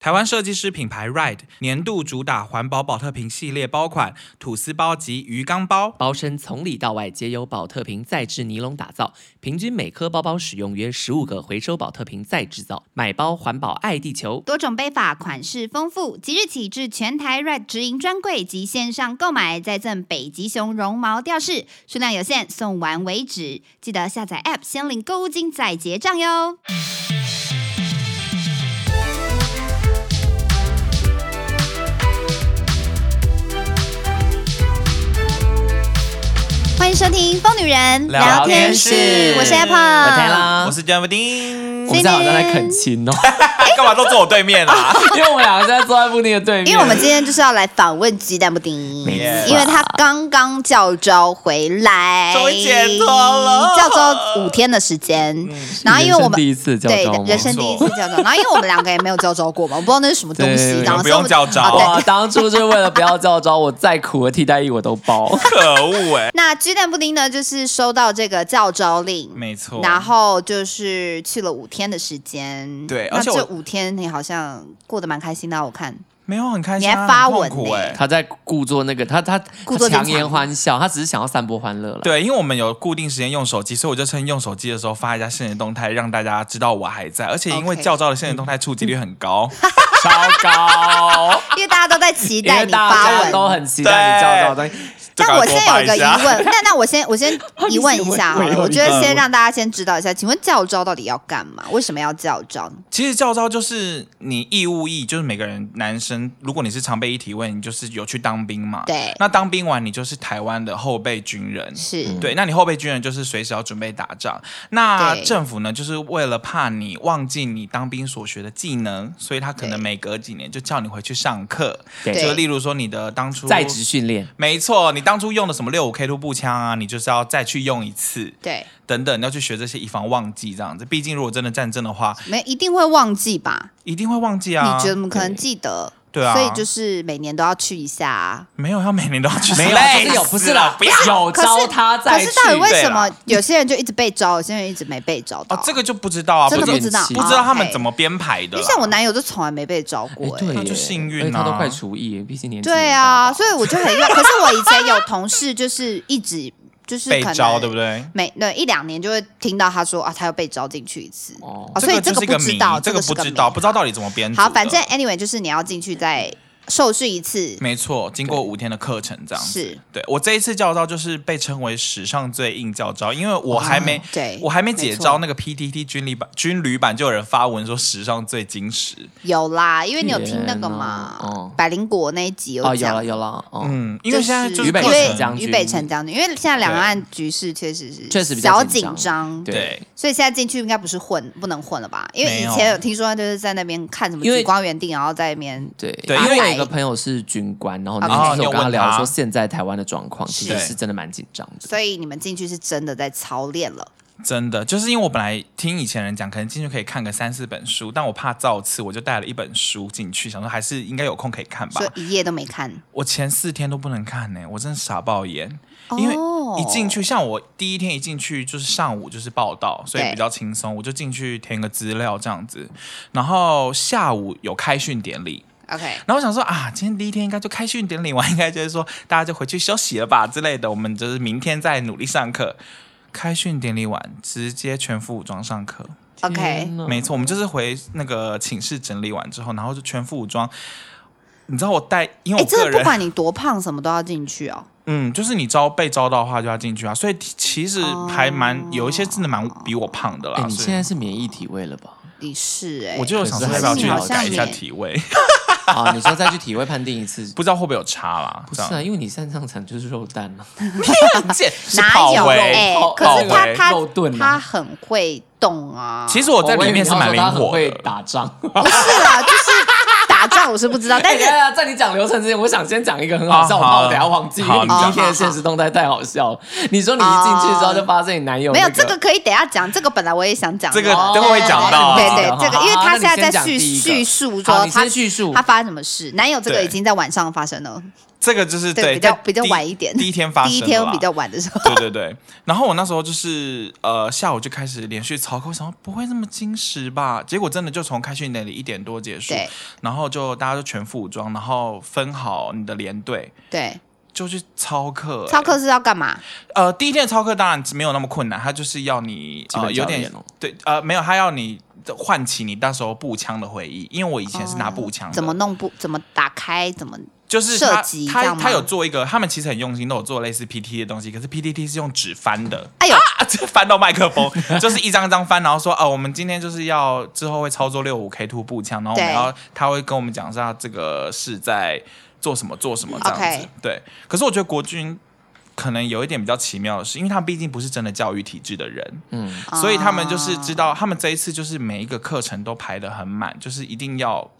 台湾设计师品牌 Ride 年度主打环保保特瓶系列包款吐司包及鱼缸包，包身从里到外皆由保特瓶再制尼龙打造，平均每颗包包使用约十五个回收保特瓶再制造，买包环保爱地球。多种背法，款式丰富。即日起至全台 Red 直营专柜及线上购买，再赠北极熊绒毛吊饰，数量有限，送完为止。记得下载 App 先领购物金再结账哟。欢迎收听《疯女人聊天室室》，我是 Apple，我猜我啦，我是 j e f f d 我们家好像在啃亲哦， 干嘛都坐我对面啊 啦？因为我们两个现在坐在布丁的对面，因为我们今天就是要来访问鸡蛋布丁，没错因为他刚刚教招回来，终于解脱了嗯教招五天的时间，然后因为我人生第们。一次叫对招吗，人生第一次教招，然后因为我们两个也没有教招过嘛，我不知道那是什么东西，对然后不用所以我们教招啊对哇，当初就是为了不要叫招，我再苦的替代役我都包。 可恶哎、那鸡蛋布丁呢，就是收到这个教招令，没错，然后就是去了五天的时间。对那而且我这五天你好像过得蛮开心的啊，我看。没有很开心、你啊，还发文很痛苦呢哎、他在故作那个，他他故他作坚强强颜欢笑，他只是想要散播欢乐了。对，因为我们有固定时间用手机，所以我就趁用手机的时候发一下现实动态，让大家知道我还在。而且因为 OK 教招的现实动态触及率很高，超 高，因为大家都在期因待为你大发家文，都很期待你叫招，但就 但赶我快现多在发有一个一疑下问，那那我先我先疑问一下 好你是问了，我觉得我先让大家先知道一下，请问教招到底要干嘛？为什么要教招？其实教招就是你义务役，就是每个人男生，如果你是常备役提问，你就是有去当兵嘛。。对，那当兵完，你就是台湾的后备军人。是对，那你后备军人就是随时要准备打仗。那对政府呢，就是为了怕你忘记你当兵所学的技能，所以他可能对每隔几年就叫你回去上课。对就对例如说你的当初在职训练，没错，你当初用的什么六五 K 突步枪啊，你就是要再去用一次，对，等等，要去学这些，以防忘记这样子。毕竟如果真的战争的话，没一定会忘记吧？一定会忘记啊。你觉得我们可能记得？对啊所以就是每年都要去一下啊。没有？要每年都要去？没有，不是有，不是啦，不要有招他可再去是到底为什么对有些人就一直被招，有些人一直没被招到哦啊？，这个就不知道啊，真的不不知道，不不知道他哦们，OK 怎么编排的啦。因为像我男友就从来没被招哎过，哎对耶，那就幸运啊而且他都快厨艺，毕竟年纪也对大啊，了所以我就很认。可是我以前有同事就是一直就是被可能招，对不对？每那一两年就会听到他说啊，他又被招进去一次。哦哦，所以这个这个就是一个不知道谜这这个不是个知道，谜不知道到底怎么编。好，反正 anyway 就是你要进去再受训一次，没错，经过五天的课程这样子。是对我这一次教招就是被称为史上最硬教招，因为我还没、哦对我还没解招，那没个 PTT 军旅版军旅版就有人发文说史上最精实。有啦，因为你有听那天个哪嘛哦，百灵果那一集有哦，有讲。了有了，嗯，嗯，因为现在就是渝北课辰程将因军为渝北辰将军，因为现在两岸局势确实是确实比较小紧张张，对对所以现在进去应该不是混，不能混了吧？因为没以有前有听说就是在那边看什么因为极光原定，然后在那边对对啊因为因我为有一个朋友是军官，然后哦那天你有我跟他问聊他说现在台湾的状况，其实对是真的蛮紧张的。所以你们进去是真的在操练了，真的就是因为我本来听以前人讲，可能进去可以看个三四本书，但我怕造次，我就带了一本书进去，想说还是应该有空可以看吧所。以一页都没看。我前四天都不能看呢、我真的傻爆眼。哦因为一进去，像我第一天一进去就是上午就是报道，所以比较轻松，我就进去填个资料这样子。然后下午有开训典礼， ，OK，然后我想说啊，今天第一天应该就开训典礼完，应该就是说大家就回去休息了吧之类的，我们就是明天再努力上课。开训典礼完，直接全副武装上课。 OK 天哪没错，我们就是回那个寝室整理完之后，然后就全副武装。你知道我带，因哎、为我真个的不人，管你多胖，什么都要进去哦。 嗯，就是你招被招到的话就要进去啊，所以其实还蛮、有一些真的蛮比我胖的啦。哎，你啊所以现在是免疫体位了吧？你是哎、我就有想说可要是不要去还是你好改像一下也体位， 啊，你说再去体位判定一次， 不知道会不会有差啦。不是这啊，样因为你擅长产就是肉蛋啊， 见哪有哎、炮可是炮他灰肉他盾啊他很会动啊。其实我在里面是蛮灵活哦我以为你要说他很会的，打仗。不是啦，就是打仗我是不知 道，但哎，是等一下在你讲流程之前，我想先讲一个很好啊笑，我好怕我等一下忘记，因好为你你今讲天的现实动态太好笑了。你说你一进去之后就发现你男友没有那这个可以等一下讲，这个本来我也想讲的。哦这个等会讲到啊对对，对这个因为好他现那在你先在讲叙第一个叙述好说你他先叙述他发生什么事，男友这个对已经在晚上发生了。这个就是对对比较在比较第晚一点第一天发生第的一啦，天比较晚的时候， 对对对，然后我那时候就是呃下午就开始连续操课，我想说不会这么矜持吧？结果真的就从开训那里一点多结束，对然后就大家就全副武装，然后分好你的连队。对，就去操课、操课是要干嘛？呃，第一天的操课当然没有那么困难，他就是要你基呃本有教练点哦对呃没有，他要你唤起你那时候步枪的回忆，因为我以前是拿步枪的，哦怎么弄不？怎么打开？怎么？就是射他击这他样吗他有做一个，他们其实很用心，都有做类似 PT 的东西，可是 PPT 是用纸翻的，哎呦，啊， 这翻到麦克风， 就是一张张翻，然后说，哦，我们今天就是要之后会操作六五 K two 步枪，然后我们对要他会跟我们讲一下这个是在做什么做什么这样子。 OK 对，可是我觉得国军可能有一点比较奇妙的是，因为他毕竟不是真的教育体制的人，嗯，哦所以他们就是知道，他们这一次就是每一个课程都排得很满，就是一定要。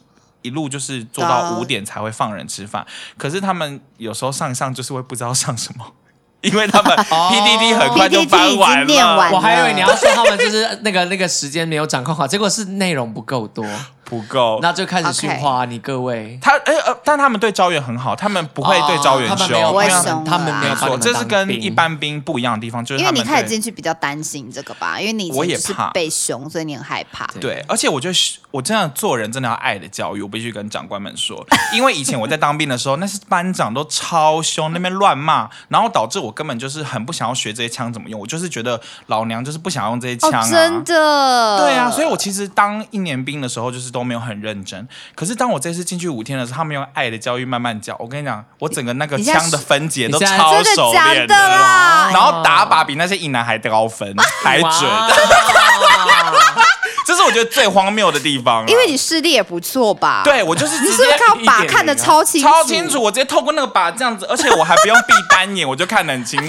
一路就是做到到五点才会放人吃饭，可是他们有时候上一上就是会不知道上什么，因为他们哦 PDD 很快就 PDD 翻已经完了，念完我还以为你要说他们就是呃那个那个时间没有掌控好，结果是内容不够多，不够。那就开始训话你各位。他哎呃，但他们对招员很好，他们不会对招员哦他们凶，没有不会因为凶他们没没有把你错，们这是当跟兵一般兵不一样的地方，就是因他为们你开始对进去比较担心这个吧，因为你以前我也就是怕被凶，所以你很害怕。对，而且我觉得是我真的做人真的要爱的教育，我必须跟长官们 说，因为以前我在当兵的时候，那是班长都超凶，那边乱骂，然后导致我根本就是很不想要学这些枪怎么用，我就是觉得老娘就是不想用这些枪啊，哦，真的。对啊，所以我其实当一年兵的时候，就是都没有很认真。可是当我这次进去五天的时候，他们用爱的教育慢慢教。我跟你讲，我整个那个你现在枪的分解都你现在超真的熟假练的啦然后打靶比那些硬男还高分，还准。哇哦 这是我觉得最荒谬的地方啊。因为你视力也不错吧？，对我就是你直是不是接。看一点靶零看的啊超清超清楚，我直接透过那个靶这样子，而且我还不用闭单眼，我就看得很清 楚。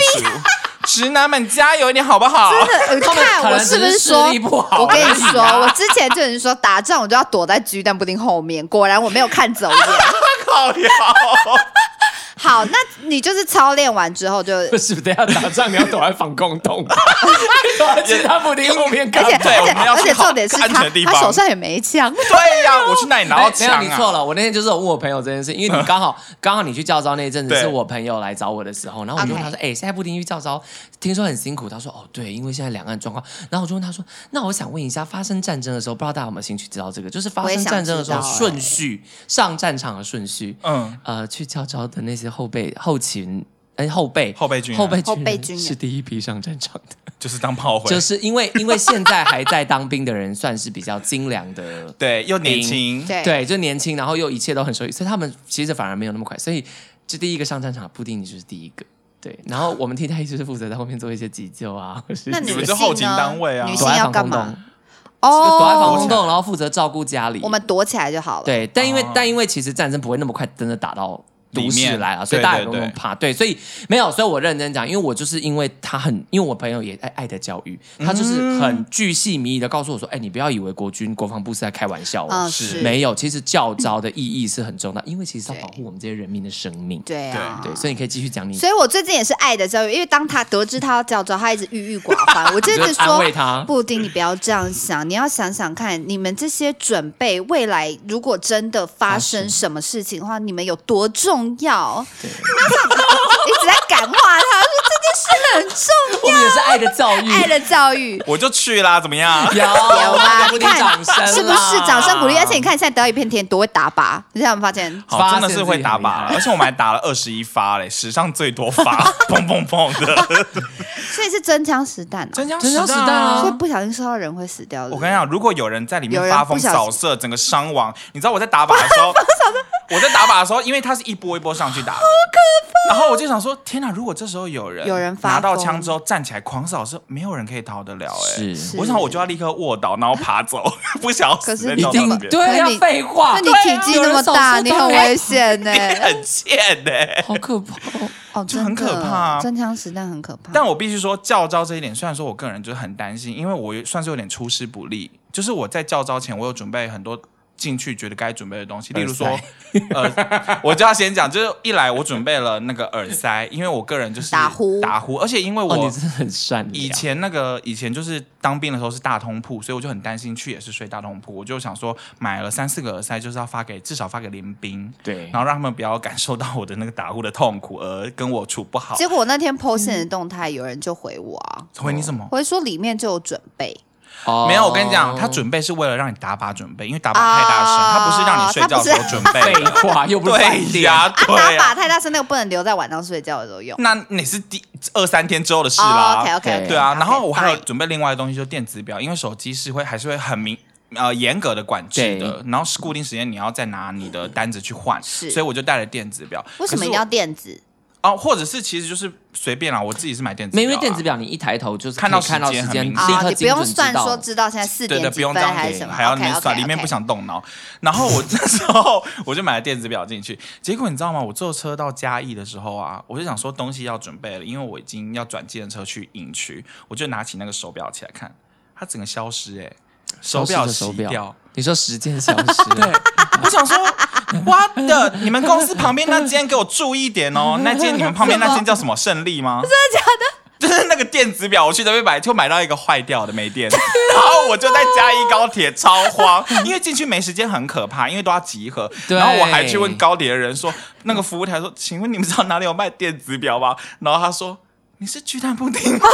直男们加油一点好不好？真的，你呃看我是不是说可能只是视力不好我跟你说而已，啊我之前就是说打仗我就要躲在鸡蛋布丁后面，果然我没有看 走眼。靠腰，好，那你就是操练完之后 就，不是，等一下打仗你要躲在防 空洞， 躲在其他布丁后面而干且嘛？对而且我们要而且去好重点是安全他的地他手方上也没枪，对呀、我去那里拿到没枪有，啊？嗯你错了。我那天就是有问我朋友这件事，因为你刚好刚好你去教招那一阵子对是我朋友来找我的时候，然后我就问他说：“ OK 哎、现在布丁去教招，听说很辛苦。”他说：“哦，对，因为现在两岸状况。”然后我就问他说：“那我想问一下，发生战争的时候，不知道大家有没有兴趣知道这个？就是发我也生想战争的时候知道哎顺序，上战场的顺序，嗯，呃，去教招的那些后备后勤。”哎，后备后备军人后备后备军军人是第一批上战场的，就是当炮灰， 就是因为因为现在还在当兵的人算是比较精良的对，又年轻，对对，就年轻，然后又一切都很熟悉，所以他们其实反而没有那么快。所以这第一个上战场，布丁你就是第一个。对，然后我们替代役就是负责在后面做一些急救啊，或是那你女们性是后勤呢单位啊女躲性在要防干空洞，嘛？就躲在防哦空，洞，然后负责照顾家里。我们躲起来就好了。对，但因为、哦但因为其实战争不会那么快真的打到里都市面来啊，所以对大家也对不用那么对怕。对，所以没有，所以我认真讲，因为我就是因为他很，因为我朋友也爱爱的教育，他嗯就是很巨细靡遗的告诉我说，哎、你不要以为国军国防部是在开玩笑哦，嗯，是是没有，其实教招的意义是很重大，因为其实是要保对护我们这些人民的生命。对啊，对，所以你可以继续讲你，所以我最近也是爱的教育，因为当他得知他要教招，他一直郁郁寡 欢。我就一直你就安说慰他：“布丁，你不要这样想，你要想想看，你们这些准备，未来如果真的发生什么事情的话，你们有多重要？”对一直在感化他，说这件事很重我们也是爱的教育要。， 爱的教 育。我就去啦，怎么样？哦有啊有吧？给你你掌声啦，看是不是啊掌声鼓励？而且你看，现在德语片田多会打靶，你有没有发现？好，真发的现是自己会打很厉靶，害而且我们还打了二十一发嘞，史上最多发，砰砰砰的，所以是真枪实弹啊，真枪真枪实实弹啊所以不小心射到人会死掉。我跟你讲，如果有人在里面有人发疯不小心扫射，整个伤亡，你知道我在打靶的时候，我在打靶的时候，因为他是一波一波上去打的，好可怕。然后我就想说，天哪！如果这时候有人有人发拿到疯枪之后站起来狂扫射，没有人可以逃得了哎。是是我想我就要立刻卧倒，然后爬走， 不想要可死是在一教你堂定旁边。对那呀你，废话，那你对体啊积那么大，你很，危 险呢。很贱呢、有人手术刀哎好可怕哦。哦，就真很可的怕啊真枪实弹很可怕。但我必须说，教招这一点，虽然说我个人就是很担心，因为我算是有点出师不利。就是我在教招前，我有准备很多进去觉得该准备的东西，例如耳说，呃，我就要先讲，就是一来我准备了那个耳塞，因为我个人就是打呼打呼，而且因为我、哦，你真的很善良。以前那个以前就是当兵的时候是大通铺，所以我就很担心去也是睡大通铺，我就想说买了三四个耳塞，就是要发给至少发给林兵，对然后让他们不要感受到我的那个打呼的痛苦，而跟我处不好。结果我那天 po 现的动态，有人就回我啊，回你什么？回说里面就有准备，哦没有，我跟你讲，他准备是为了让你打靶准备，因为打靶太大声，他不是让你睡觉的时候准备 废的。话又不是饭对店。呀，打对啊呀靶。太大声，那个不能留在晚上睡觉的时候用。那你是第二三天之后的事啦。 OK OK，对啊，然后我还有准备另外的东西，就是电子表，因为手机是会还是会很明。呃，严格的管制的，然后是固定时间你要再拿你的单子去换，是所以我就带了电子表。为什么一定要电子？啊、哦？或者是其实就是随便啦，我自己是买电子表、啊没有因为电子表，你一抬头就是看到可以看到时间时很间，立明啊、刻你不用算说精准知道知道现在四对点对，几不用分这样还子是什么，还要那边 OK，OK，OK 算，里面不想动脑。然后我那时候我就买了电子表进去，结果你知道吗？我坐车到嘉义的时候啊，我就想说东西要准备了，因为我已经要转计程车去营区，我就拿起那个手表起来看，它整个消失哎、手表消失的手洗表掉。你说时间消 失，对，我想 说，我的，你们公司旁边那间给我注意一点 哦。那间你们旁边那间叫什么？胜利 吗？真的假的？就是那个电子表，我去那边买，就买到一个坏掉的没 电，然后我就在嘉义高铁超慌，因为进去没时间很可怕，因为都要集合。对然后我还去问高铁的人说，那个服务台说，请问你们知道哪里有卖电子表吗？然后他说，你是巨蛋布丁 吗？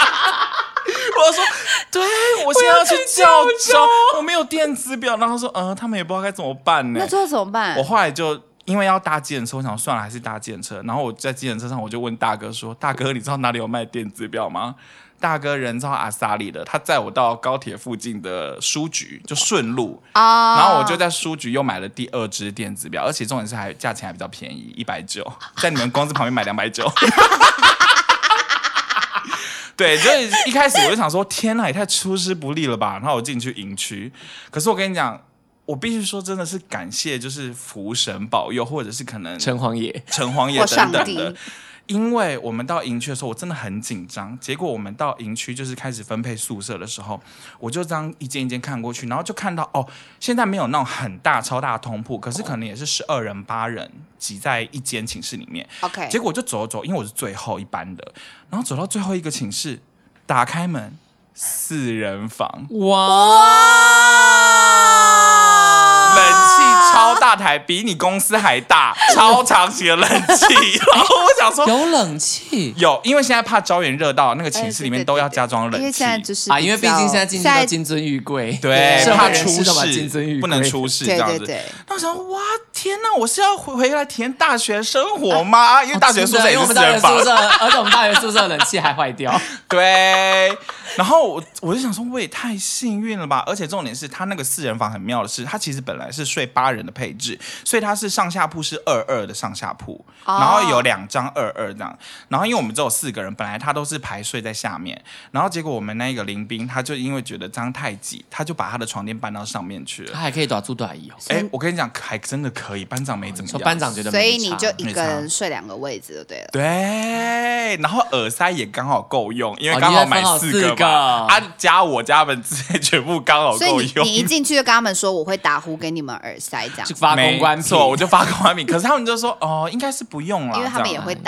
我说，对我现在要去叫招，我没有电子表。然后他说，嗯、他们也不知道该怎么办呢那。最后怎么办我？后来就因为要搭计程车，我想算了，还是搭计程车。然后我在计程车上，我就问大哥说：“大哥，你知道哪里有卖电子表吗？”大哥人到阿萨里的，他载我到高铁附近的书局，就顺路。啊然后我就在书局又买了第二只电子表，而且重点是还价钱还比较便宜，一百九，在你们公司旁边买两百九。 对，就是一开始我就想说，天呐，也太出师不利了吧！然后我进去营区，可是我跟你讲，我必须说，真的是感谢，就是福神保佑，或者是可能城隍爷 城隍爷或等上等帝的。因为我们到营区的时候，我真的很紧张。结果我们到营区就是开始分配宿舍的时候，我就这样一间一间看过去，然后就看到哦，现在没有那种很大超大的通铺，可是可能也是十二人八人挤在一间寝室里面。 OK，结果我就走走，因为我是最后一班的，然后走到最后一个寝室，打开门，四人房，啊哇，冷气超大台，比你公司还大，超长型的冷气。 然后我想说。有冷气有，因为现在怕招人热到，那哎个寝室里面都要加装因冷为气现，在就是啊，因为毕竟现在进现入到在金尊玉贵，对，社怕会人出士都把金尊玉事，贵不能出事这对样对子。对，那我想说，哇，天哪！我是要回回来体验大学生活哦吗？因为大学宿舍因也为我是四们大学人房宿，舍，而且我们大学宿舍冷气还坏 掉，对，然后我我就想说，我也太幸运了吧！而且重点是他那个四人房很妙的是，他其实本来是睡八人的配置，所以他是上下铺是二二的上下铺，哦然后有两张二二这样。然后因为我们只有四个人，本来他都是排睡在下面，然后结果我们那个林兵他就因为觉得这样太挤，他就把他的床垫搬到上面去他了。还可以打住短椅哦。哎，我跟你讲，还真的可以，班长没怎么说样。班长觉得所没以差，你就一没个差人睡两个位置就对了。对，然后耳塞也刚好够用，因哦为刚好买你还分好四四个个嘛，啊，加我加他们之类全部刚好所以够你你一用。进去就跟他们说我会打呼给你们耳塞这样就，发公关没品，错，我就发公关品，可是他们就说哦，应该是不用了，因为他们也这样会。打。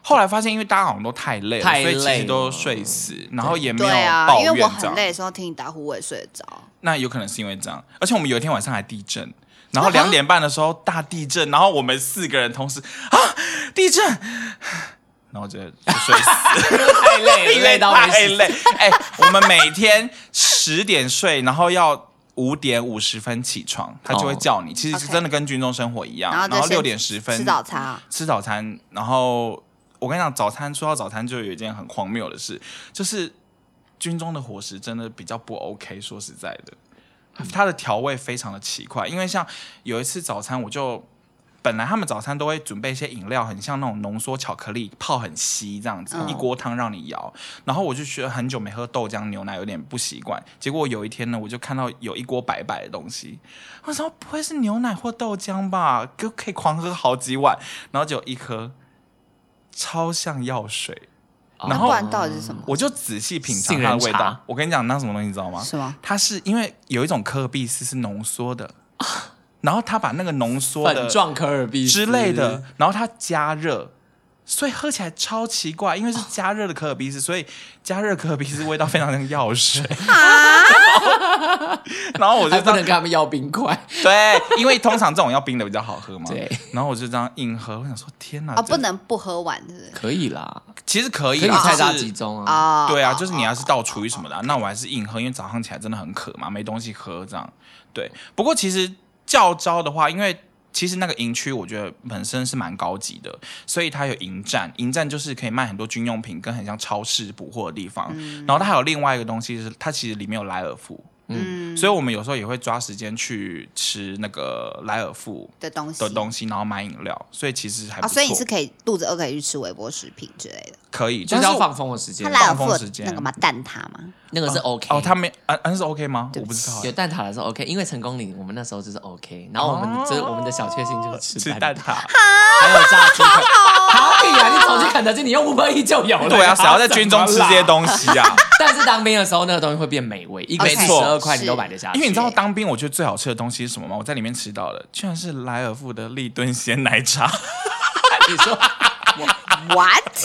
后来发现，因为大家好像都太累了，太所以其累实都了睡死，然后也没有对啊，抱因为我怨这很样。累的时候听你打呼我也睡得着。那有可能是因为这样，而且我们有一天晚上还地震。然啊后两点半的时候大地震，然后我们四个人同时啊地震，然后就就睡死。太累了，累到没太 事。累。哎、我们每天十点睡，然后要五点五十分起床，他哦就会叫你。其实是 OK 真的跟军中生活一样。然后就啊然后先六点十分吃早餐啊吃早餐。然后我跟你讲，早餐说到早餐，就有一件很荒谬的事，就是军中的伙食真的比较不 OK。说实在的，它的调味非常的奇怪，因为像有一次早餐我就。本来他们早餐都会准备一些饮料，很像那种浓缩巧克力，泡很稀这样子，嗯一锅汤让你摇。然后我就觉得很久没喝豆浆牛奶，有点不习惯。结果有一天呢，我就看到有一锅白白的东西，我想说不会是牛奶或豆浆吧？就可以狂喝好几碗，然后就一喝，超像药水。哦然那后不然到底是什么？我就仔细品尝它杏的仁味茶道。我跟你讲，那什么东西你知道吗？是吗？它是因为有一种可尔必斯是浓缩 的，然后它把那个浓缩的粉状可尔必斯之类的，然后它加热，所以喝起来超奇怪，因为是加热的可尔必 斯，所以加热可尔必斯味道非常像药水。啊啊然后我就还这不能样跟他们要冰块，对，因为通常这种要冰的比较好喝嘛。对。然后我就这样硬喝，我想说天哪，啊，这不，能不喝完，是不是？可以啦，其实可以可以啦，菜渣就是集中啊。啊，对啊，就是你要是倒厨余什么的啊、那我还是硬喝，因为早上起来真的很渴嘛，没东西喝这样。对，不过其实教招的话，因为其实那个营区我觉得本身是蛮高级的，所以它有营站，营站就是可以卖很多军用品跟很像超市补货的地方。然后它还有另外一个东西是，它其实里面有莱尔富，嗯所以我们有时候也会抓时间去吃那个莱尔富的东西的东西，然后买饮料，所以其实还啊，不错。所以你是可以肚子饿可以去吃微波食品之类的。可以，就但是要我放风的时间他，来尔放富风有时间那个嘛蛋挞 嘛，那个是 OK 哦，他没啊，啊是 OK 吗？对我不不知起道欸、哎有蛋挞的时候 OK，因为成功岭我们那时候就是 OK，然后我们这我们的小确幸就是吃吃蛋蛋， 挞。还有炸鸡腿。 好比啊，你走去肯德基，你用五百一就有了。对啊，谁要在军中吃这些东西 啊？ 但是当兵的时候，那个东西会变美味，一个没十错二块是你都买得下去。因为你知道当兵，我觉得最好吃的东西是什么吗？我在里面吃到的，居然是莱尔富的立顿鲜奶茶。 你说 what？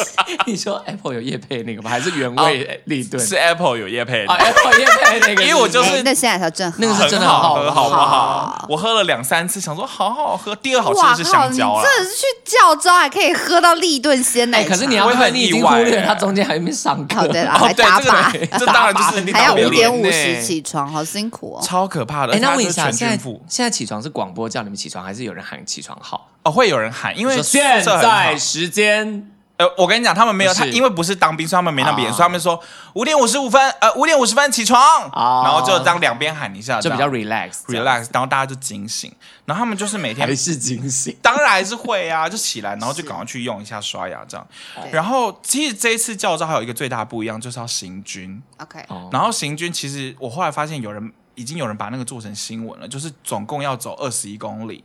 你说 Apple 有叶配那个吗？还是原味立顿？哦 是 Apple 有叶配哦的， ，Apple 叶配那个不，因为我就是哎那现在才真好那个是真很的好很喝，好好喝不好？我喝了两三次，想说好好喝。第二好吃的是香蕉啊哇靠啦你。真的是去教招还可以喝到立顿鲜奶哎，茶，可是你要我也喝，很你已经意外忽略欸它中间还没上课。哦对 啦哦，还对，打这 个靶这当然就是打靶你还当要五兵点脸五十呢起床，好辛苦哦。超可怕的。哎，那而且它问一是下，全现在军覆现在起床是广播叫你们起床，还是有人喊起床号？哦，会有人喊，因为说现这很好在时间呃，我跟你讲，他们没有不是他，因为不是当兵，所以他们没那么严啊肃。他们说五点五十五分，呃，五点五十分起床，哦然后就这样两边喊一下，就比这较样 relax 这样 relax，然后大家就警醒。然后他们就是每天还是惊喜。当然还是会啊，就起来，然后就赶快去用一下刷牙这样。然后其实这一次教招还有一个最大的不一样，就是要行军。 OK，哦然后行军其实我后来发现有人已经有人把那个做成新闻了，就是总共要走二十一公里，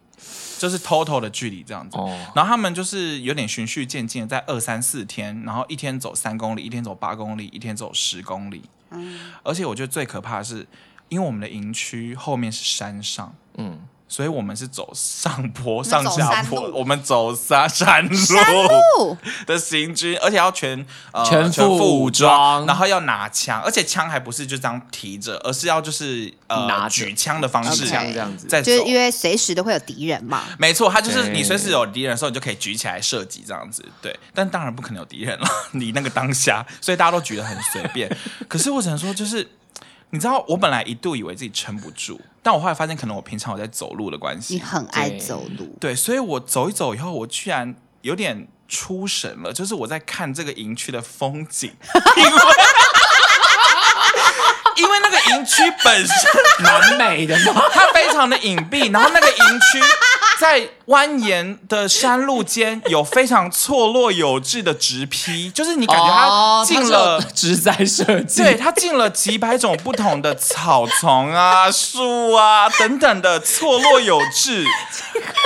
就是 total 的距离这样子。哦然后他们就是有点循序渐进的，在二三四天，然后一天走三公里，一天走八公里，一天走十公里。嗯，而且我觉得最可怕的是，因为我们的营区后面是山上，嗯，所以我们是走上坡、你们上走下山坡，路我们走山山路哦，的行军，而且要全呃全副副武武装然后要拿枪，而且枪还不是就这样提着，而是要就是呃拿着举枪的方式举枪这样子在走就是。因为随时都会有敌人嘛。没错，它就是对你随时有敌人的时候，你就可以举起来射击这样子，对。但当然不可能有敌人了， 你那个当下，所以大家都举得很随便。可是我只能说，就是你知道，我本来一度以为自己撑不住，但我后来发现，可能我平常有在走路的关系，你很爱对走路，对，所以我走一走以后，我居然有点出神了，就是我在看这个营区的风景，因为 因为那个营区本身蛮美的嘛。它非常的隐蔽，然后那个营区在蜿蜒的山路间有非常错落有致的植批，就是你感觉它哦进是有了。 植栽设计，对，它进了几百种不同的草丛啊、树啊等等的，错落有致。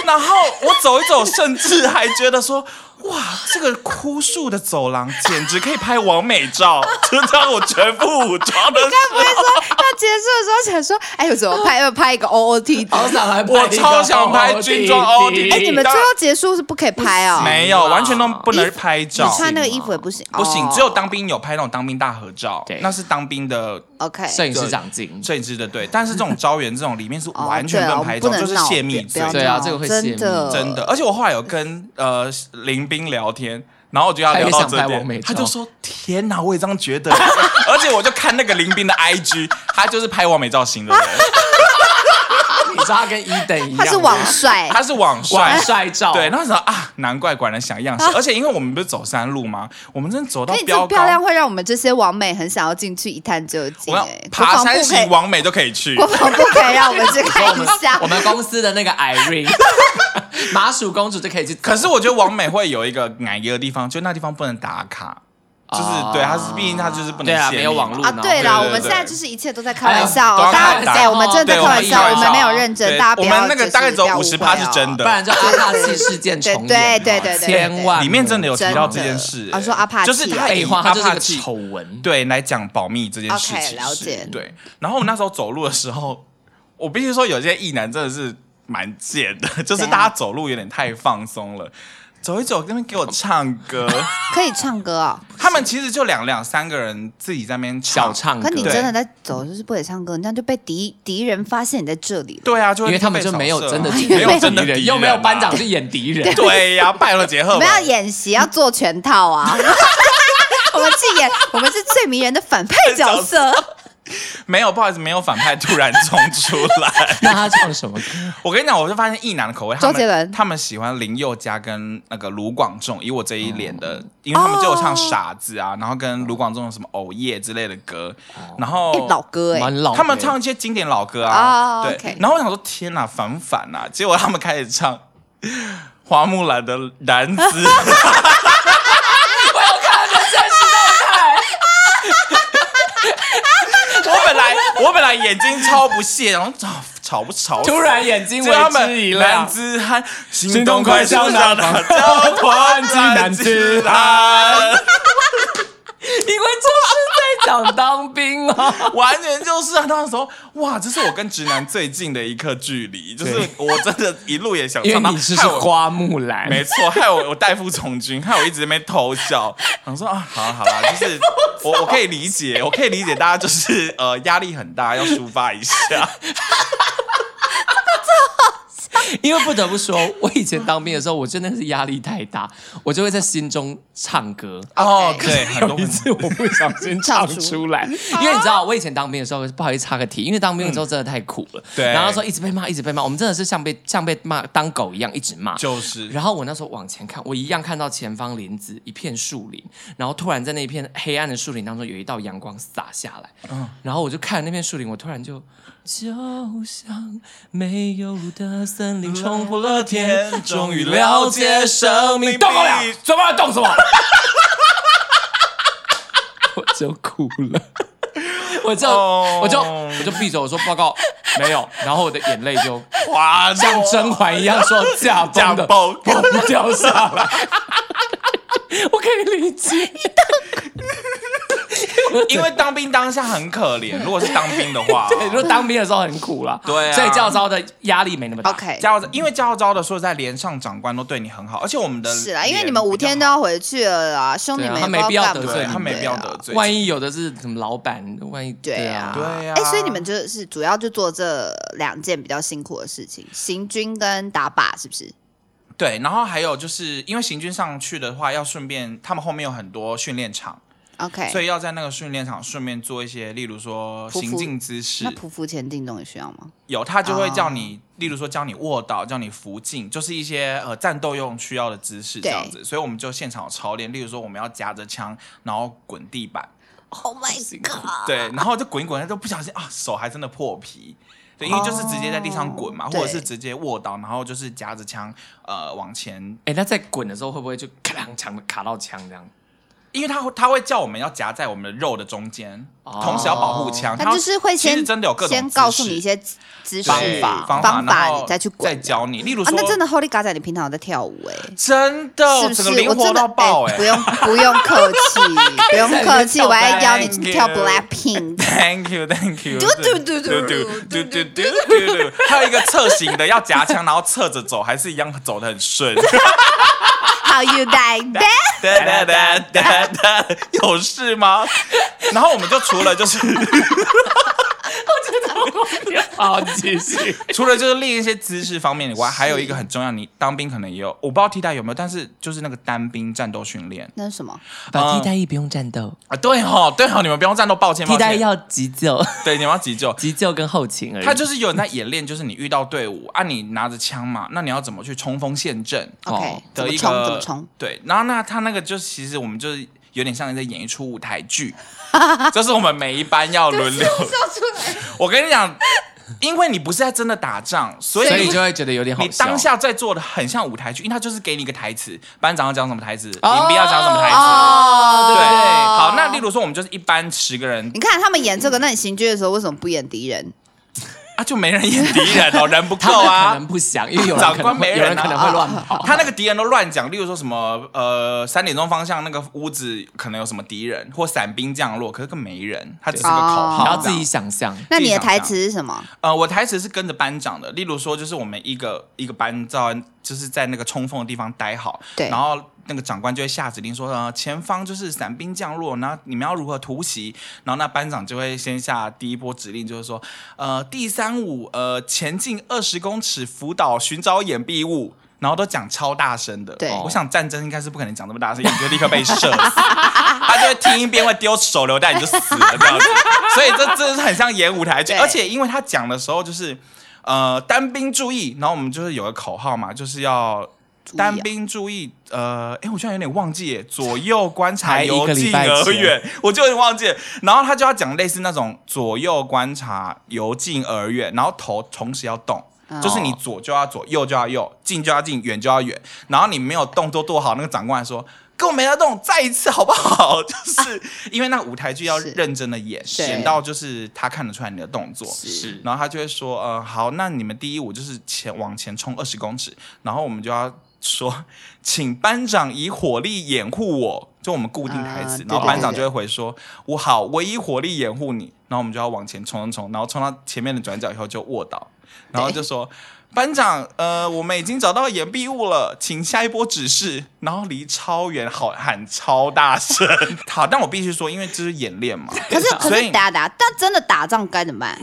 然后我走一走，甚至还觉得说，哇，这个枯树的走廊简直可以拍完美照，就当我全副武装的时候，他结束的时候想说：“哎，我怎么拍？要拍一个 OOT？” 哦好想来拍一个我超想拍 OOTD 军装 OOTD 哎，你们最后结束是不可以拍哦，没有，完全都不能拍你照。穿那个衣服也不行，不行哦，只有当兵有拍那种当兵大合照对，那是当兵的 OK 摄影师长进。摄影师的对，但是这种招员这种里面是哦完全对不啊能拍照，不能就是闹泄密不罪要。对啊闹这个会泄真密的真的。而且我后来有跟呃林斌聊天，然后我就要聊到这他也想拍完美点，照哦他就说：“天哪，我也这样觉得。” 而且我就看那个林斌的 IG，他就是拍完美照型的人，哎你知道他跟伊等一样吗，他是网帅，他是网网帅。帅照，对，然后想到啊，难怪果然想 样式。而且因为我们不是走山路吗？我们真的走到因为你这标么高漂，亮，会让我们这些网美很想要进去一探究竟。我要哎爬国防山部可型以，完美都可以去。国防部可以让我 们去看一下我。们公司的那个 Irene，麻薯公主就可以去。可是我觉得王美会有一个矮油的地方，就那地方不能打卡。就是对，他是毕竟他就是不能啊对啊，泄没有密网嘛络啊，对啦，对对我们对现在就是一切都在开玩笑，哎呀大都在开玩家笑哎，我们真的在对开玩笑，我我们们开玩没笑有认真，对大家不我要们那个就是大概只有不要50%误会是哦真的不然就阿帕契事件重演，对对对对对千万里面真的有提到这件真事、的啊说阿帕契就是他以废话，它就是阿一帕个契丑闻。对来讲保密这件事 OK，情是了解对，然后我那时候走路的时候，我必须说有些异男真的是蛮贱的， 就是怎样大家走路有点太放松了。走一走，那边给我唱 歌。可以唱歌哦，他们其实就两两三个人自己在那边小唱。唱歌可，嗯你对真的在走就是不得唱歌，你这样就被敌敌人发现你在这里了。对啊，就会因为他们被就扫没有射啊真的 没有真的敌敌人，又没有啊班 长去演敌人，对呀、拜了杰我赫吧们。要演习，要做全 套啊！我们去演，我们是最迷人的反派角 色。没有，不好意思，没有反派突然冲出来。 那他唱什么 歌？我跟你讲，我就发现异男的口味，他周杰伦们他们喜欢林宥嘉跟那个卢广仲，以我这一脸的，哦因为他们就有唱《傻子》啊，然后跟卢广仲有什么《偶夜》之类的歌，然后、哎老歌哎蛮，老的，他们唱一些经典老歌哦啊，对。 OK 然后我想说，天哪，反不反呐、啊？结果他们开始唱《 花木兰的男子》。 我本来我本来眼睛超不屑，然后吵吵不吵死，突然眼睛为就他之一们亮男。子汉，心心动动快快消消散散，交换机男子汉，因为就是在讲当兵啊。完全就是啊！那时候，哇，这是我跟直男最近的一刻距离，就是对我真的一路也想 因唱到，为你是害我花木兰，没错，害我我代父从军，害我一直在那边偷笑。想说啊，好啦好啦，就是我我可以理解，我可以理解大家就是呃压力很大，要抒发一 下。因为不得不说，我以前当兵的时候，我真的是压力太大，我就会在心中唱歌。哦， OK 对，很多有一问次我不小心 唱出来，因为你知道，我以前当兵的时候不好意思插个题，因为当兵的时候真的太苦了。对然后说一直被骂，一直被骂，我们真的是像被像被骂当狗一样一直骂。就是， 然后我那时候往前看，我一样看到前方林子一片树林，然后突然在那片黑暗的树林当中有一道阳光洒下来，然后我就看那片树林，我突然就就像没有的森林冲破了天，终于了解生命，动不了，嘴巴动什么？ 我就哭了。 我就、哦我就我就闭着我说报告没有，然后我的眼泪就哇，这像甄嬛一样说驾崩驾的崩崩掉下来。 我可以理解，因为当兵当下很可怜，如果是当兵的 话，如果当兵的时候很苦啦，对啊所以教招的压力没那么大。 OK，加油！因为加油招的说实在，连上长官都对你很好，而且我们的是啦，连因为你们五天都要回去了啊，兄弟对啊们他也不没知道必要干得嘛罪对他啊没必要得。罪，万一有的是什么老板，万一对啊，对啊哎，所以你们就是主要就做这两件比较辛苦的事情，行军跟打靶，是不是？对，然后还有就是因为行军上去的话，要顺便他们后面有很多训练场，所 OK，以要在那个训练场顺便做一些，例如说匍匐行进姿势那，匍匐哦前进动也需要吗？有他就会叫你，例如说教你卧倒，教你扶进，就是一些呃战斗用需要的姿势这样子。所以我们就现场有操练，例如说我们要夹着枪，然后滚地板， Oh my god！啊对，然后就滚一滚，就不小心啊手还真的破皮。对，因为就是直接在地上滚嘛，哦或者是对直接卧倒，然后就是夹着枪，呃，往前，哎，那在滚的时候会不会就咔啷墙卡到墙 这样？因为他会他会叫我们要夹在我们的肉的中间，哦同啊时要保护枪。他就是会其实先真的有各种先告姿诉势你一些姿势方法方方法，法，然后你再去再滚。教你。例如啊说，，那真的 Holy g a 你平常有在跳舞哎、 真的，是我整不个？是灵我活真的到爆哎哎、不用不用 客气，不用客气，在那边我还邀你 Thank 去 you 跳 Blackpink。 Thank you, thank you。嘟嘟嘟嘟嘟嘟嘟嘟嘟嘟。还有一个侧行的，要夹枪，然后侧着走，还是一样走得很 顺。 How you like that？哒哒哒哒哒，有事吗？然后我们就除了就是啊好，继续。除了就是练一些姿势方面以外，还有一个很重要，你当兵可能也有，我不知道替代有没有，但是就是那个单兵战斗训练那是什么？ 把替代役不用战斗，啊，对哦，对哦，你们不用战斗，抱歉，抱替歉代役要急救， 对，你们要急救。急救跟后勤而已。他就是有人在演练，就是你遇到队伍啊，你拿着枪嘛，那你要怎么去冲锋陷阵 OK，怎哦的么一冲？个怎么冲？对，然后那他那个就其实我们就是有点像在演一出舞台剧，就是我们每一班要轮流。出来，我跟你讲，因为你不是在真的打 仗，所以所以你就会觉得有点好你笑。当下在做的很像舞台剧，因为他就是给你一个台词，班长要讲什么台词，哦林斌要讲什么台词。哦对，哦好，那例如说我们就是一班十个人你看他们演这个，那你行军的时候为什么不演敌人？啊，就没人演敌人 哦，人不他够们可啊能。不想，因为有人长可官能没会人啊有人可能会乱跑。他那个敌人都乱讲，例如说什么呃三点钟方向那个屋子可能有什么敌人或伞兵降落，可是根本没人，他只是个口号。哦然后自这己样想象，那你的台词是什么？呃，我台词是跟着班长的，例如说，就是我们一个一个班照，就是在那个冲锋的地方待好，对然后那个长官就会下指令说，呃，前方就是伞兵降落，然后你们要如何突袭，然后那班长就会先下第一波指令，就是说，呃，第三五呃前进二十公尺，辅导寻找掩蔽物。然后都讲超大声的，对我想战争应该是不可能讲这么大声，你就立刻被射死。 他就会听一遍会丢手榴弹，你就死了这样子。所以这真的是很像演舞台剧，对而且因为他讲的时候就是呃单兵注意，然后我们就是有个口号嘛，就是要。意啊单兵注意，呃，哎，我居然有点忘记耶，左右观察，才一由个礼近拜而前远，我就有点忘记了。然后他就要讲类似那种左右观察，由近而远，然后头同时要动，哦就是你左就要左，右就要右，近就要近，远就要远。然后你没有动作做好，那个长官还说。跟我没得动，再一次好不好？ 就是因为那个舞台剧要啊是认真的演，对演到就是他看得出来你的动作，是然后他就会说，呃，好，那你们第一舞就是前往前冲二十公尺，然后我们就要说， 请班长以火力掩护我，就我们固定台词，啊然后对班对长对就会回说，我好，我以火力掩护你，然后我们就要往前冲冲冲，然后冲到前面的转角以后就卧倒，然后就说。班长，呃，我们已经找到掩蔽物了，请下一波指示。然后离超远，好喊超大 声。好，但我必须说，因为这是演练嘛，可是可所是以打打，但真的打仗该怎么办？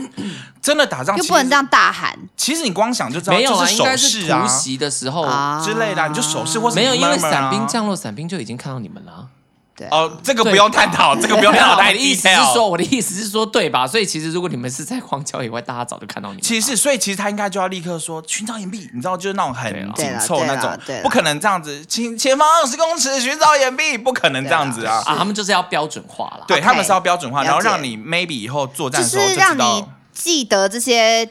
真的打仗又其不能实这样大喊其实你光想就知道，没有就啊，是应手该是势啊突袭的时候，啊之类的啊、你就手势或什么没有，因为 murmur 啊伞兵降落，伞兵就已经看到你们了啊。啊对啊，哦，这个不用探讨，这个不用探讨我太的 意思是 detail 说，。我的意思是说，对吧？所以其实如果你们是在荒郊野外，大家早就看到你们了。啊其实，所以其实他应该就要立刻说寻找掩蔽，你知道，就是那种很对啊啦紧凑对啦那种对啦对，啦不可能这样子，前前方二十公尺寻找掩蔽，不可能这样子啊。啊，他们就是要标准化啦。对 OK，他们是要标准化，了解然后让你 maybe 以后作战就的时候是就让知你道。记得这些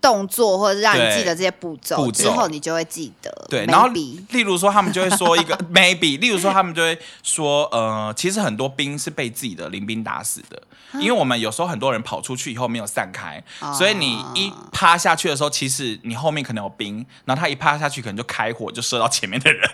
动作，或者让你对记得这些步骤步骤之后，你就会记得。对，然后 maybe 例如说他们就会说一个 maybe，例如说他们就会说，呃，其实很多兵是被自己的林兵打死的，因为我们有时候很多人跑出去以后没有散开，所以你一趴下去的时候，其实你后面可能有兵，然后他一趴下去可能就开火就射到前面的人，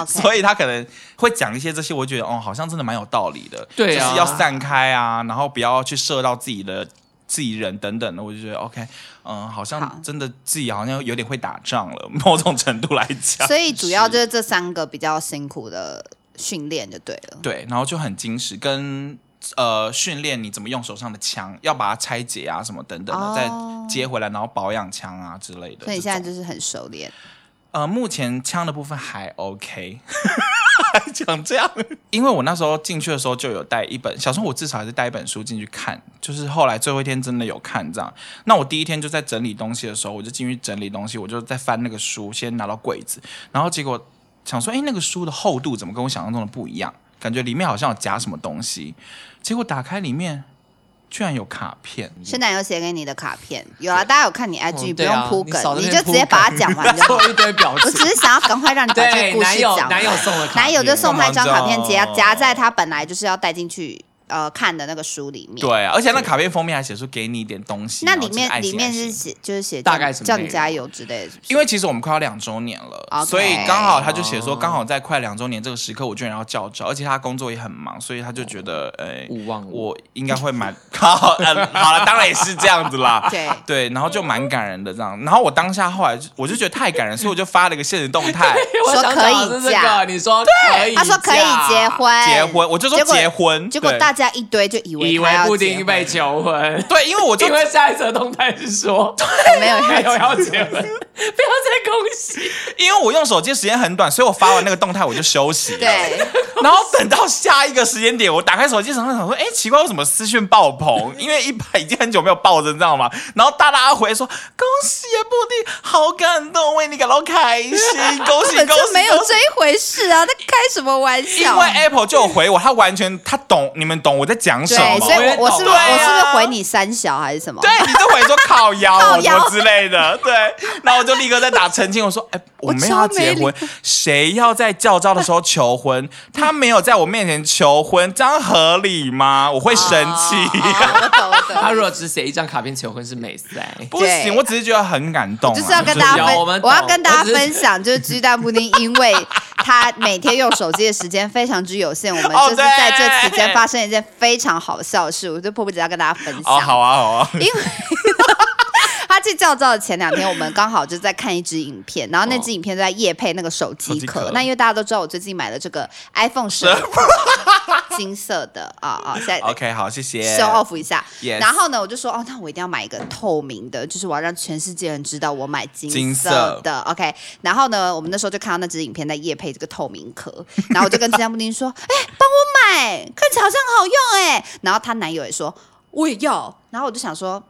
OK， 所以他可能会讲一些这些，我觉得哦，好像真的蛮有道理的，对啊就是要散开啊，然后不要去射到自己的。自己人等等的，我就觉得 OK，嗯、好好像真的自己好像有点会打仗了，某种程度来讲。 所以主要就是这三个比较辛苦的训练就对了。对，然后就很精实，跟呃训练你怎么用手上的枪，要把它拆解啊什么等等的，哦再接回来，然后保养枪啊之类的这种。所以你现在就是很熟练，呃，目前枪的部分还 OK。还讲这样，因为我那时候进去的时候就有带一本，小时候我至少还是带一本书进去看，就是后来最后一天真的有看这样。那我第一天就在整理东西的时候，我就进去整理东西，我就在翻那个书，先拿到柜子，然后结果想说，哎，那个书的厚度怎么跟我想象中的不一样？感觉里面好像有夹什么东西，结果打开里面居然有卡片，圣诞有写给你的卡片，有啊，大家有看你 IG，、嗯不对啊用铺你梗，少在那你就边直接铺梗把它讲完 就好做。一堆表我情只。是想要赶快让你把这个对，故事男讲友完。男友送了卡片，啊男友就送他一张卡片干嘛这夹样夹在他本来就是要带进去呃看的那个书里面。，对啊，而且那卡片封面还写出给你一点东西，那然后这里个面爱里心面爱心是写就是写大叫概你什么叫内你容加油之类的，是不是因为其实我们快要两周年了 OK 所以刚好他就写哦说，刚好在快两周年这个时刻，我居然要叫招，而且他工作也很忙，所以他就觉得，哎、勿忘我。我应该会蛮 好、呃，好了，当然也是这样子啦。对对，然后就蛮感人的这样，然后我当下后来就我就觉得太感人，所以我就发了一个现实动态， 我说想可以讲的是这嫁个，你说可以嫁，他说可以结婚，结婚，我就说结果结婚，结果对大家一堆就以为以他为要布结丁婚被求婚， 对，因为我就因为下一则动态是说没有 没要有要结婚，不要再恭喜。因为我用手机的时间很短，所以我发完那个动态我就休息了。 对， 然后等到下一个时间点，我打开手机，想想说，哎，奇怪，为什么私讯爆棚？因为一百已经很久没有爆了，你知道吗？ 然后大大回说，恭喜布丁，好感动，为你感到开心， 恭喜本恭就喜没有恭喜这一回事啊，他开什么玩因笑为？Apple 就有回我，他完全他懂你们懂我在讲什对，么。所以我我是不是、对啊我是不是回你三小还是什么？对，你就回说靠腰 靠我腰之类的，对，然后我就立刻在打澄清，我说，哎、我 我没有要超没结礼婚，谁要在教招的时候求婚？ 他没有在我面前求婚，这样合理吗？我会生气。哦我懂我懂。他如果只写一张卡片求婚是美欸赛， 不行，我只是觉得很感动啊、就是要跟大家就是分，有我我们懂要跟大家我只是分享，就是鸡蛋布丁，因为他每天用手机的时间非常之有限，我们哦就是在对这期间发生一件非常好笑的事，我就迫不及待跟大家分享。哦，好啊，好啊，因为 他去教照的前两天，我们刚好就在看一支影片，然后那支影片就在夜配那个手机壳。手机壳那因为大家都知道，我最近买了这个 iPhone 十金色的啊啊，现在 OK，好，谢谢。 show off 一下。 Yes 然后呢，我就说哦，那我一定要买一个透明的，就是我要让全世界人知道我买金金色色的。OK，然后呢，我们那时候就看到那支影片在夜配这个透明壳， 然后我就跟鸡蛋布丁说，哎、帮我买，看起来好像很好用哎、然后她男友也说我也要，然后我就想说。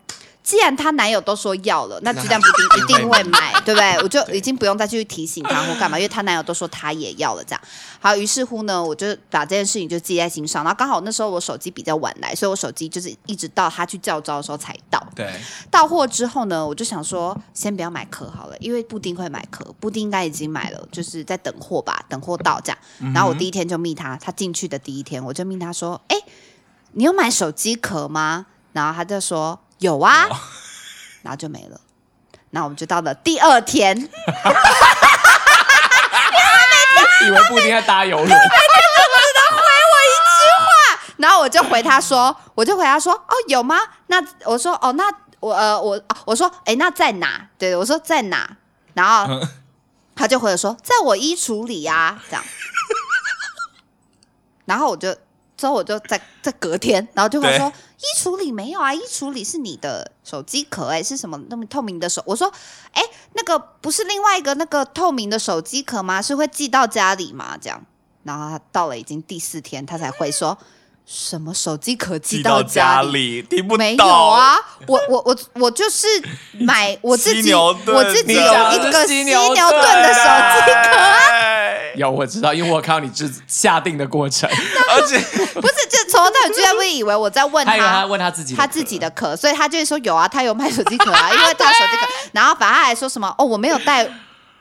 既然她男友都说要了，那鸡蛋布丁一定会买，对不对？我就已经不用再去提醒她或干嘛，因为她男友都说她也要了，这样。好，于是乎呢，我就把这件事情就记在心上。然后刚好那时候我手机比较晚来，所以我手机就是一直到他去叫招的时候才到。对，到货之后呢，我就想说，先不要买壳好了，因为布丁会买壳，布丁应该已经买了，就是在等货吧，等货到这样。然后我第一天就密他，他进去的第一天我就密他说：“哎、你有买手机壳吗？”然后他就说：“有啊。然后就没了。那我们就到了第二天，以为布丁在搭 游轮，然后我就回他说，我就回他说，哦，有吗？那我说，哦，那我呃，我啊我说，哎，那在哪？对，我说在哪？然后嗯他就回我说，在我衣橱里呀、这样。然后我就之后我就在在隔天，然后就会说，衣橱里没有啊，衣橱里是你的手机壳，哎，是什么那么透明的手？我说，哎，那个不是另外一个那个透明的手机壳吗？是会寄到家里吗？这样。然后他到了已经第四天，他才会说什么手机壳寄寄到到家家里，里。听不懂。没有啊，我我我我就是买我自犀己，牛顿我自己你有讲一的个是犀犀牛牛盾顿的手哎机壳啊，壳，有我知道，因为我看到你制下定的过 程，而且不是，就从头到尾居然会以为我在问他以为他问他自己的他壳，自己的壳，所以他就会说有啊，他有卖手机壳 啊，因为他有手机壳，然后反而他还说什么哦，我没有带。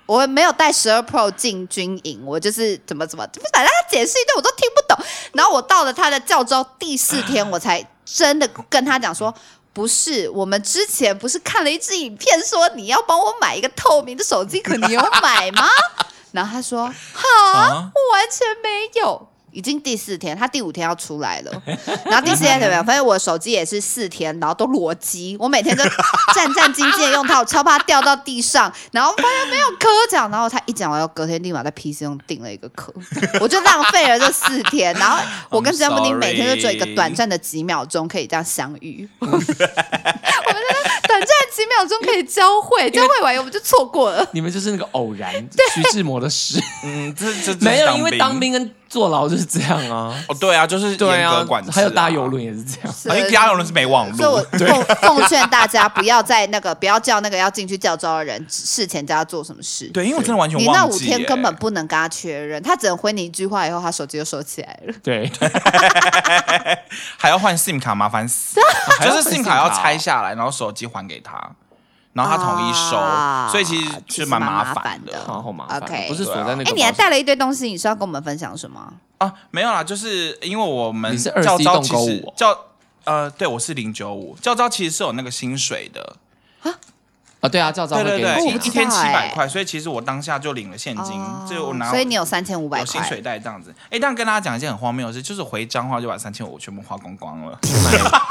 我没有带十二 Pro 进军营，我就是怎么怎么，反正他解释一堆我都听不懂。然后我到了他的教招第四 天，我才真的跟他讲说，不是，我们之前不是看了一支影片说你要帮我买一个透明的手机壳，你有买吗？然后他说，哈，啊，我完全没有。已经第四天，他第五天要出来了，然后第四天怎么样？反正我手机也是四天，然后都裸机，我每天都战战兢兢的用它，我超怕掉到地上，然后发现没有壳讲，然后他一讲完，我隔天立马在 PC 用订了一个壳，我就浪费了这四天，然后我跟 I'm 詹姆丁 sorry 每天就只有一个短暂的几秒钟可以这样相遇，我们就短暂几秒钟可以交汇，交汇完我们就错过了。你们就是那个偶 然，徐志摩的诗，嗯，这这这没是有，因为当兵跟坐牢就是这样啊，哦，对啊，就是 对严格啊管制、，还有搭游轮，也是这样。而且搭游轮是没网 所以我络，奉奉劝大家不要在那个不要叫那个要进去教招的人事前叫他做什么事。对，因为我真的完全你那忘五记、天耶根本不能跟他确认，他只能回你一句话，以后他手机就收起来了。对，还要换 SIM 卡，麻烦 死。要就换是 SIM SIM 卡要卡哦拆下来，然后手机还给他，然后他同意收，啊所以其实其实是蛮蛮麻麻烦烦的的 好好麻烦 OK 不是锁在那个。哎，你还带了一堆东西，你是要跟我们分享什么？啊。没有啦，就是因为我们你是二教 C 招栋其勾实五哦教呃，对我是零九五，教招其实是有那个薪水的，啊？对啊，照照对会对给对，哦你我不一知一道天七哎百块，所以其实我当下就领了现金，哦就我拿所以你有三千五百有薪水块。袋这样子。哎，但跟大家讲一件很荒谬的事，就是回彰化就把三千五全部花光光了。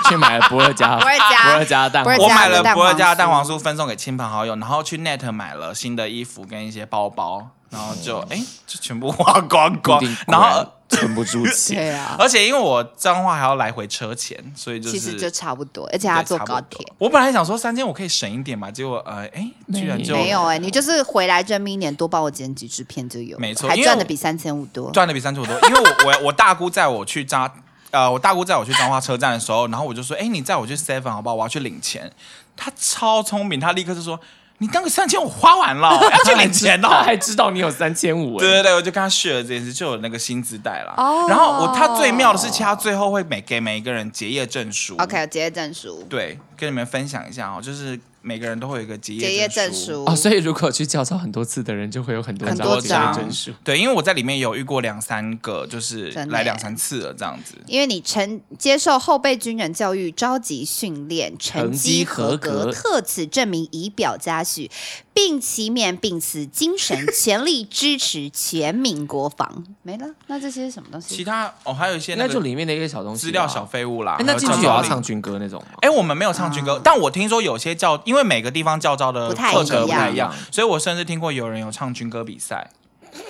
去买了不二家， 不二家不二家蛋不二黄家我买了蛋不二家黄的酥蛋黄酥分送给亲朋好友，然后去 Net 买了新的衣服跟一些包包，然后就嗯哎、就全部花光光固定，然果后。存不住对 钱，啊，而且因为我脏话还要来回车钱，所以 就是其实就对差不多，而且他坐差不高多铁。我本来想说三千我可以省一点嘛，结果呃哎，居然就没没有哎，你就是回来这明年多帮我剪几支片就有了，没错还因为赚的我比三千五多。赚的比三千五多，因为我 我我大姑载我去彰，呃，我大姑载我去彰化车站的时候，然后我就说，哎、你载我去 Seven 好不好？我要去领钱。她超聪明，她立刻就说。你刚个三千我花完 了，我要去领钱他哦。还知道你有三千五，对对对，我就跟他 share 这件事，就有那个薪资袋啦。哦然后我他最妙的是，其实他最后会每给每一个人结业证书。 OK，结业证书，对，跟你们分享一下哦，就是每个人都会有一个结结业证书。书哦，所以如果去教操很多次的人，就会有很多很张多这样的张证书。对，因为我在里面有遇过两三个，就是真的来耶两三次了这样子。因为你成接受后备军人教育召集训练，成绩合成绩合格，格特此证明以表嘉许，并其面并此精神，全力支持全民国防。没了，那这些是什么东其西？他哦，还有一些那那就个里面的一个小东西啊资料小。废物啦哎，，那还有进教去有要招唱军歌那种吗？哎、我们没有唱嗯军歌，但我听说有些教，因为每个地方教招的不太课程不一太样一样，所以我甚至听过有人有唱军歌比赛，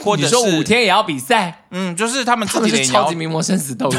或你者说是五，天也要比赛，嗯，就是他们他自们己的是也超要级名模生死斗 的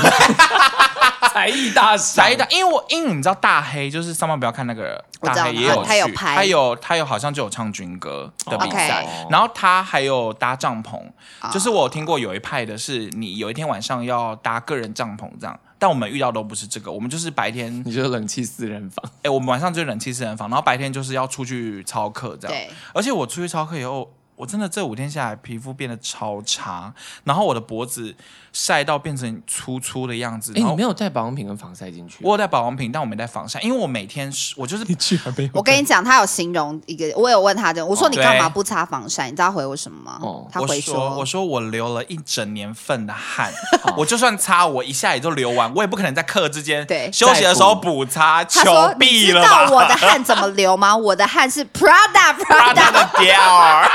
才艺大赏，才的，因为我因为你知道大黑就是上班不要看那个我大知道黑也有他他有去拍他有他有好像就有唱军歌的比赛 OK 然后他还有搭帐篷，哦就是我有听过有一派的是你有一天晚上要搭个人帐篷这样，但我们遇到都不是这个，我们就是白天你就冷气四人房，哎、我们晚上就是冷气四人房，然后白天就是要出去操课这样。对，而且我出去操课以后，我真的这五天下来皮肤变得超差，然后我的脖子晒到变成粗粗的样子。哎，然你后没有带保养品跟防晒进去，啊我有带保养品，但我没带防晒，因为我每天是我就是你居然没有带，我跟你讲，他有形容一个，我有问他的，我说你干嘛哦对不擦防晒？你知道他回我什么吗？哦他我回说我说我流了一整年份的汗，哦我就算擦我一下也就流完，我也不可能在课之间对休息的时候再补擦，他求说：“你必知了道我吧？的汗怎么流吗？我的汗是 Prada 他 Prada 的屌 儿，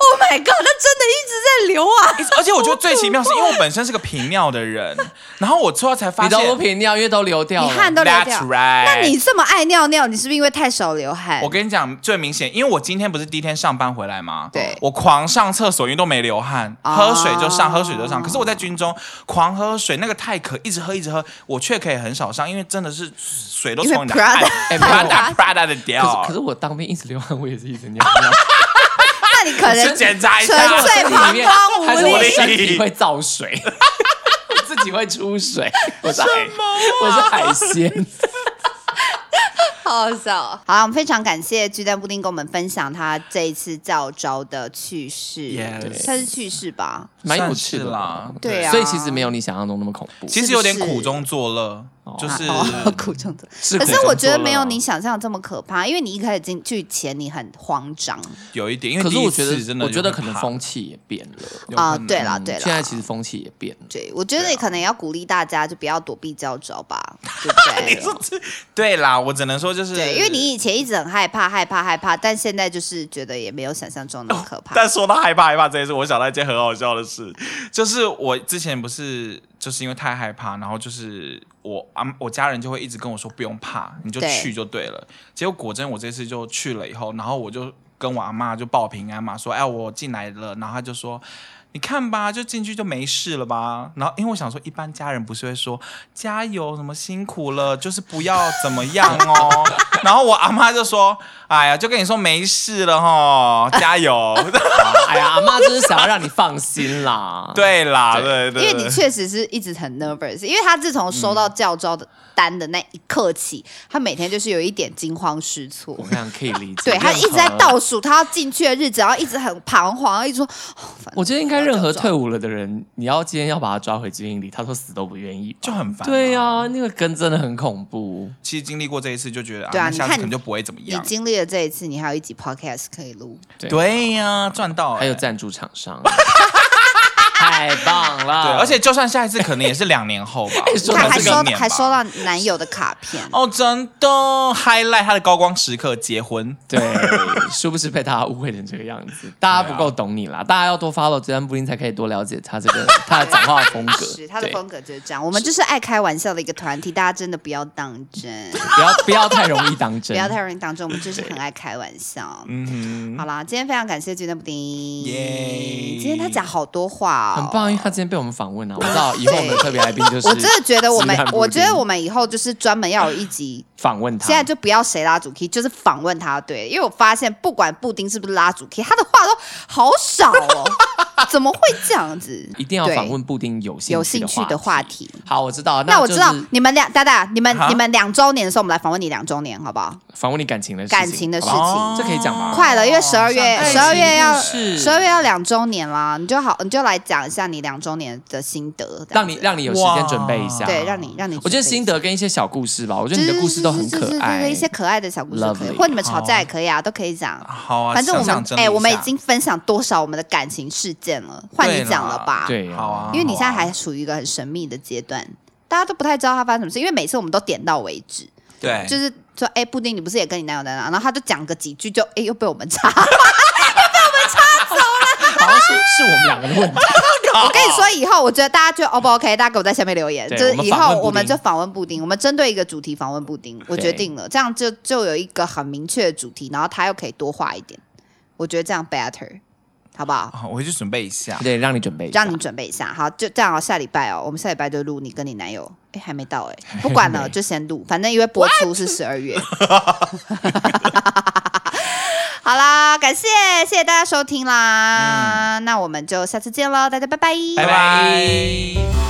Oh my god！那真的一直在流啊！ 而且我觉得最奇妙是因为我本身是个频尿的人，然后我最后才发你现都不频尿，因为都流掉你了。汗都流 That's 掉。 right。那你这么爱尿尿，你是不是因为太少流汗？我跟你讲，最明显，因为我今天不是第一天上班回来吗？对我狂上厕所，因为都没流汗，啊喝水就上，喝水就上。可是我在军中狂喝水，那个太渴，一直喝一直喝，我却可以很少上，因为真的是水都从你的因为 Prada 汗，哎，Prada Prada Prada 的可是屌可是，我当兵一直流汗，我也是一直 尿尿。那你可能去检查一下。纯粹膀里面胱还是无我的力。身体会造水， 我自己会出 水。我是海，啊我是海鲜。好笑。好啦，我们非常感谢巨蛋布丁跟我们分享他这一次教招的趣事， Yes 算是趣事吧？蛮有算趣是的啦对啊所以其实没有你想象中那么恐怖。其实有点是不是苦中作乐，就是哦，苦中作乐。是可苦是中我觉得作乐没有你想象这么可怕，因为你一开始进去前你很慌张有一点，因为可是第一我觉次真得，的我就觉得会可 能怕风气也变了。嗯有啊、可能对啦，对啦，现在其实风气也变了。对，我觉得对啊你可能要鼓励大家，就不要躲避教招吧，对 不对？对啦，我只能说就是对，因为你以前一直很害怕，害怕，害怕，但现在就是觉得也没有想象中哦那么可怕。但说到害怕害怕这件事，我想到一件很好笑的事，就是我之前不是就是因为太害怕，然后就是我啊我家人就会一直跟我说不用怕，你就对去就对了。结果果真我这次就去了以后，然后我就跟我阿妈就报平安嘛，说哎我进来了，然后她就说。你看吧，就进去就没事了吧。然后，因为我想说，一般家人不是会说加油，什么辛苦了，就是不要怎么样哦。 然后我阿妈就说：“哎呀，就跟你说没事了哈，加油。” 哎呀，阿妈就是想要让你放心啦。，对啦，对对因对，为你确实是一直很 nervous，因为他自从收到教招的单的那一刻起，他每天就是有一点惊慌失措我。非常可以理解。对他一直啊在倒。倒数，他要进去的日子，然后一直很彷徨，一直说，哦反我觉得应该任何退伍伍了的人，你要今天要把他抓回军营里，他说死都不愿意吧。就很烦。对，啊，那个根真的很恐怖。其实经历过这一次，就觉得对啊，啊那你下次看可能就不会怎么你样。经历了这一次，你还有一集 podcast 可以录。对对呀，赚到欸还有赞助厂商， 太棒了。，对，而且就算下一次，可能也是两年后吧啊 说或到他者还是收一年吧还收到男友的卡片，哦，真的哦 highlight 他的高光时刻，结婚。对，殊不知被大家误会成这个样子，大家不够懂你啦。大家要多 follow 这段布丁，才可以多了解他这个他的讲话风格。是他的对风格就是这样。我们就是爱开玩笑的一个团体，大家真的不要当 真，不要不要太容易当不真。要太容易当真。我们就是很爱开玩笑。嗯哼，好啦，今天非常感谢巨蛋布丁。耶今天他讲好多话哦，很棒，因为他今天被我们访问啊。我知道以后我们的特别来宾就是我真的觉得我们西汉，布丁我觉得我们以后就是专门要有一集，访问他。现在就不要谁拉主 key，就是访问他对了，因为我发现不管布丁是不是拉主 key，他的话都好少 哦，怎么会这样子？一定要对访问布丁有兴有兴趣的话题。好，我知道。那我就知道是你们两，大大，你们哈你们两周年的时候，我们来访问你两周年，好不好？访问你感情的事情感情的事哦情这可以讲吧？快了，因为十二月像十二月要爱情故事十二月要两周年啦，你就好，你就来讲一下你两周年的心得，这样子让你让你有时间准备一下。对，让你让你，我觉得心得跟一些小故事吧，我觉得你的故事都很就是可就是就是爱一。些可爱的小故事可以， Lovely 或者你们吵架也可以啊，都可以讲。好啊，反正我想们想整理哎、一下我们已经分享多少我们的感情事件了，换你讲了吧？，对啊，好啊，因为你现在好啊还处于一个很神秘的阶段，大家都不太知道他发生什么事，因为每次我们都点到为止，对，就是说，哎、布丁，你不是也跟你男友在那？然后他就讲个几句就，哎，又被我们 插。好像是是我们两个的问题。 我跟你说，哎以后我觉得大家就 O 不 OK？大家给我在下面留言，就对是我们以访问后布丁我们就访问布丁，我们针对一个主题访问布丁，我对决定了，这样就就有一个很明确的主题，然后他又可以多画一点，我觉得这样 better，好不好？啊我回去准备一下。对，让你准备一下，让你准备一下，好，就这样哦。下礼拜哦，我们下礼拜就录你跟你男友，哎，还没到哎， 不管了，就先录，反正因为播出是十二月。 好啦，感谢谢谢嗯大家收听啦，那我们就下次见喽，大家拜拜，拜拜。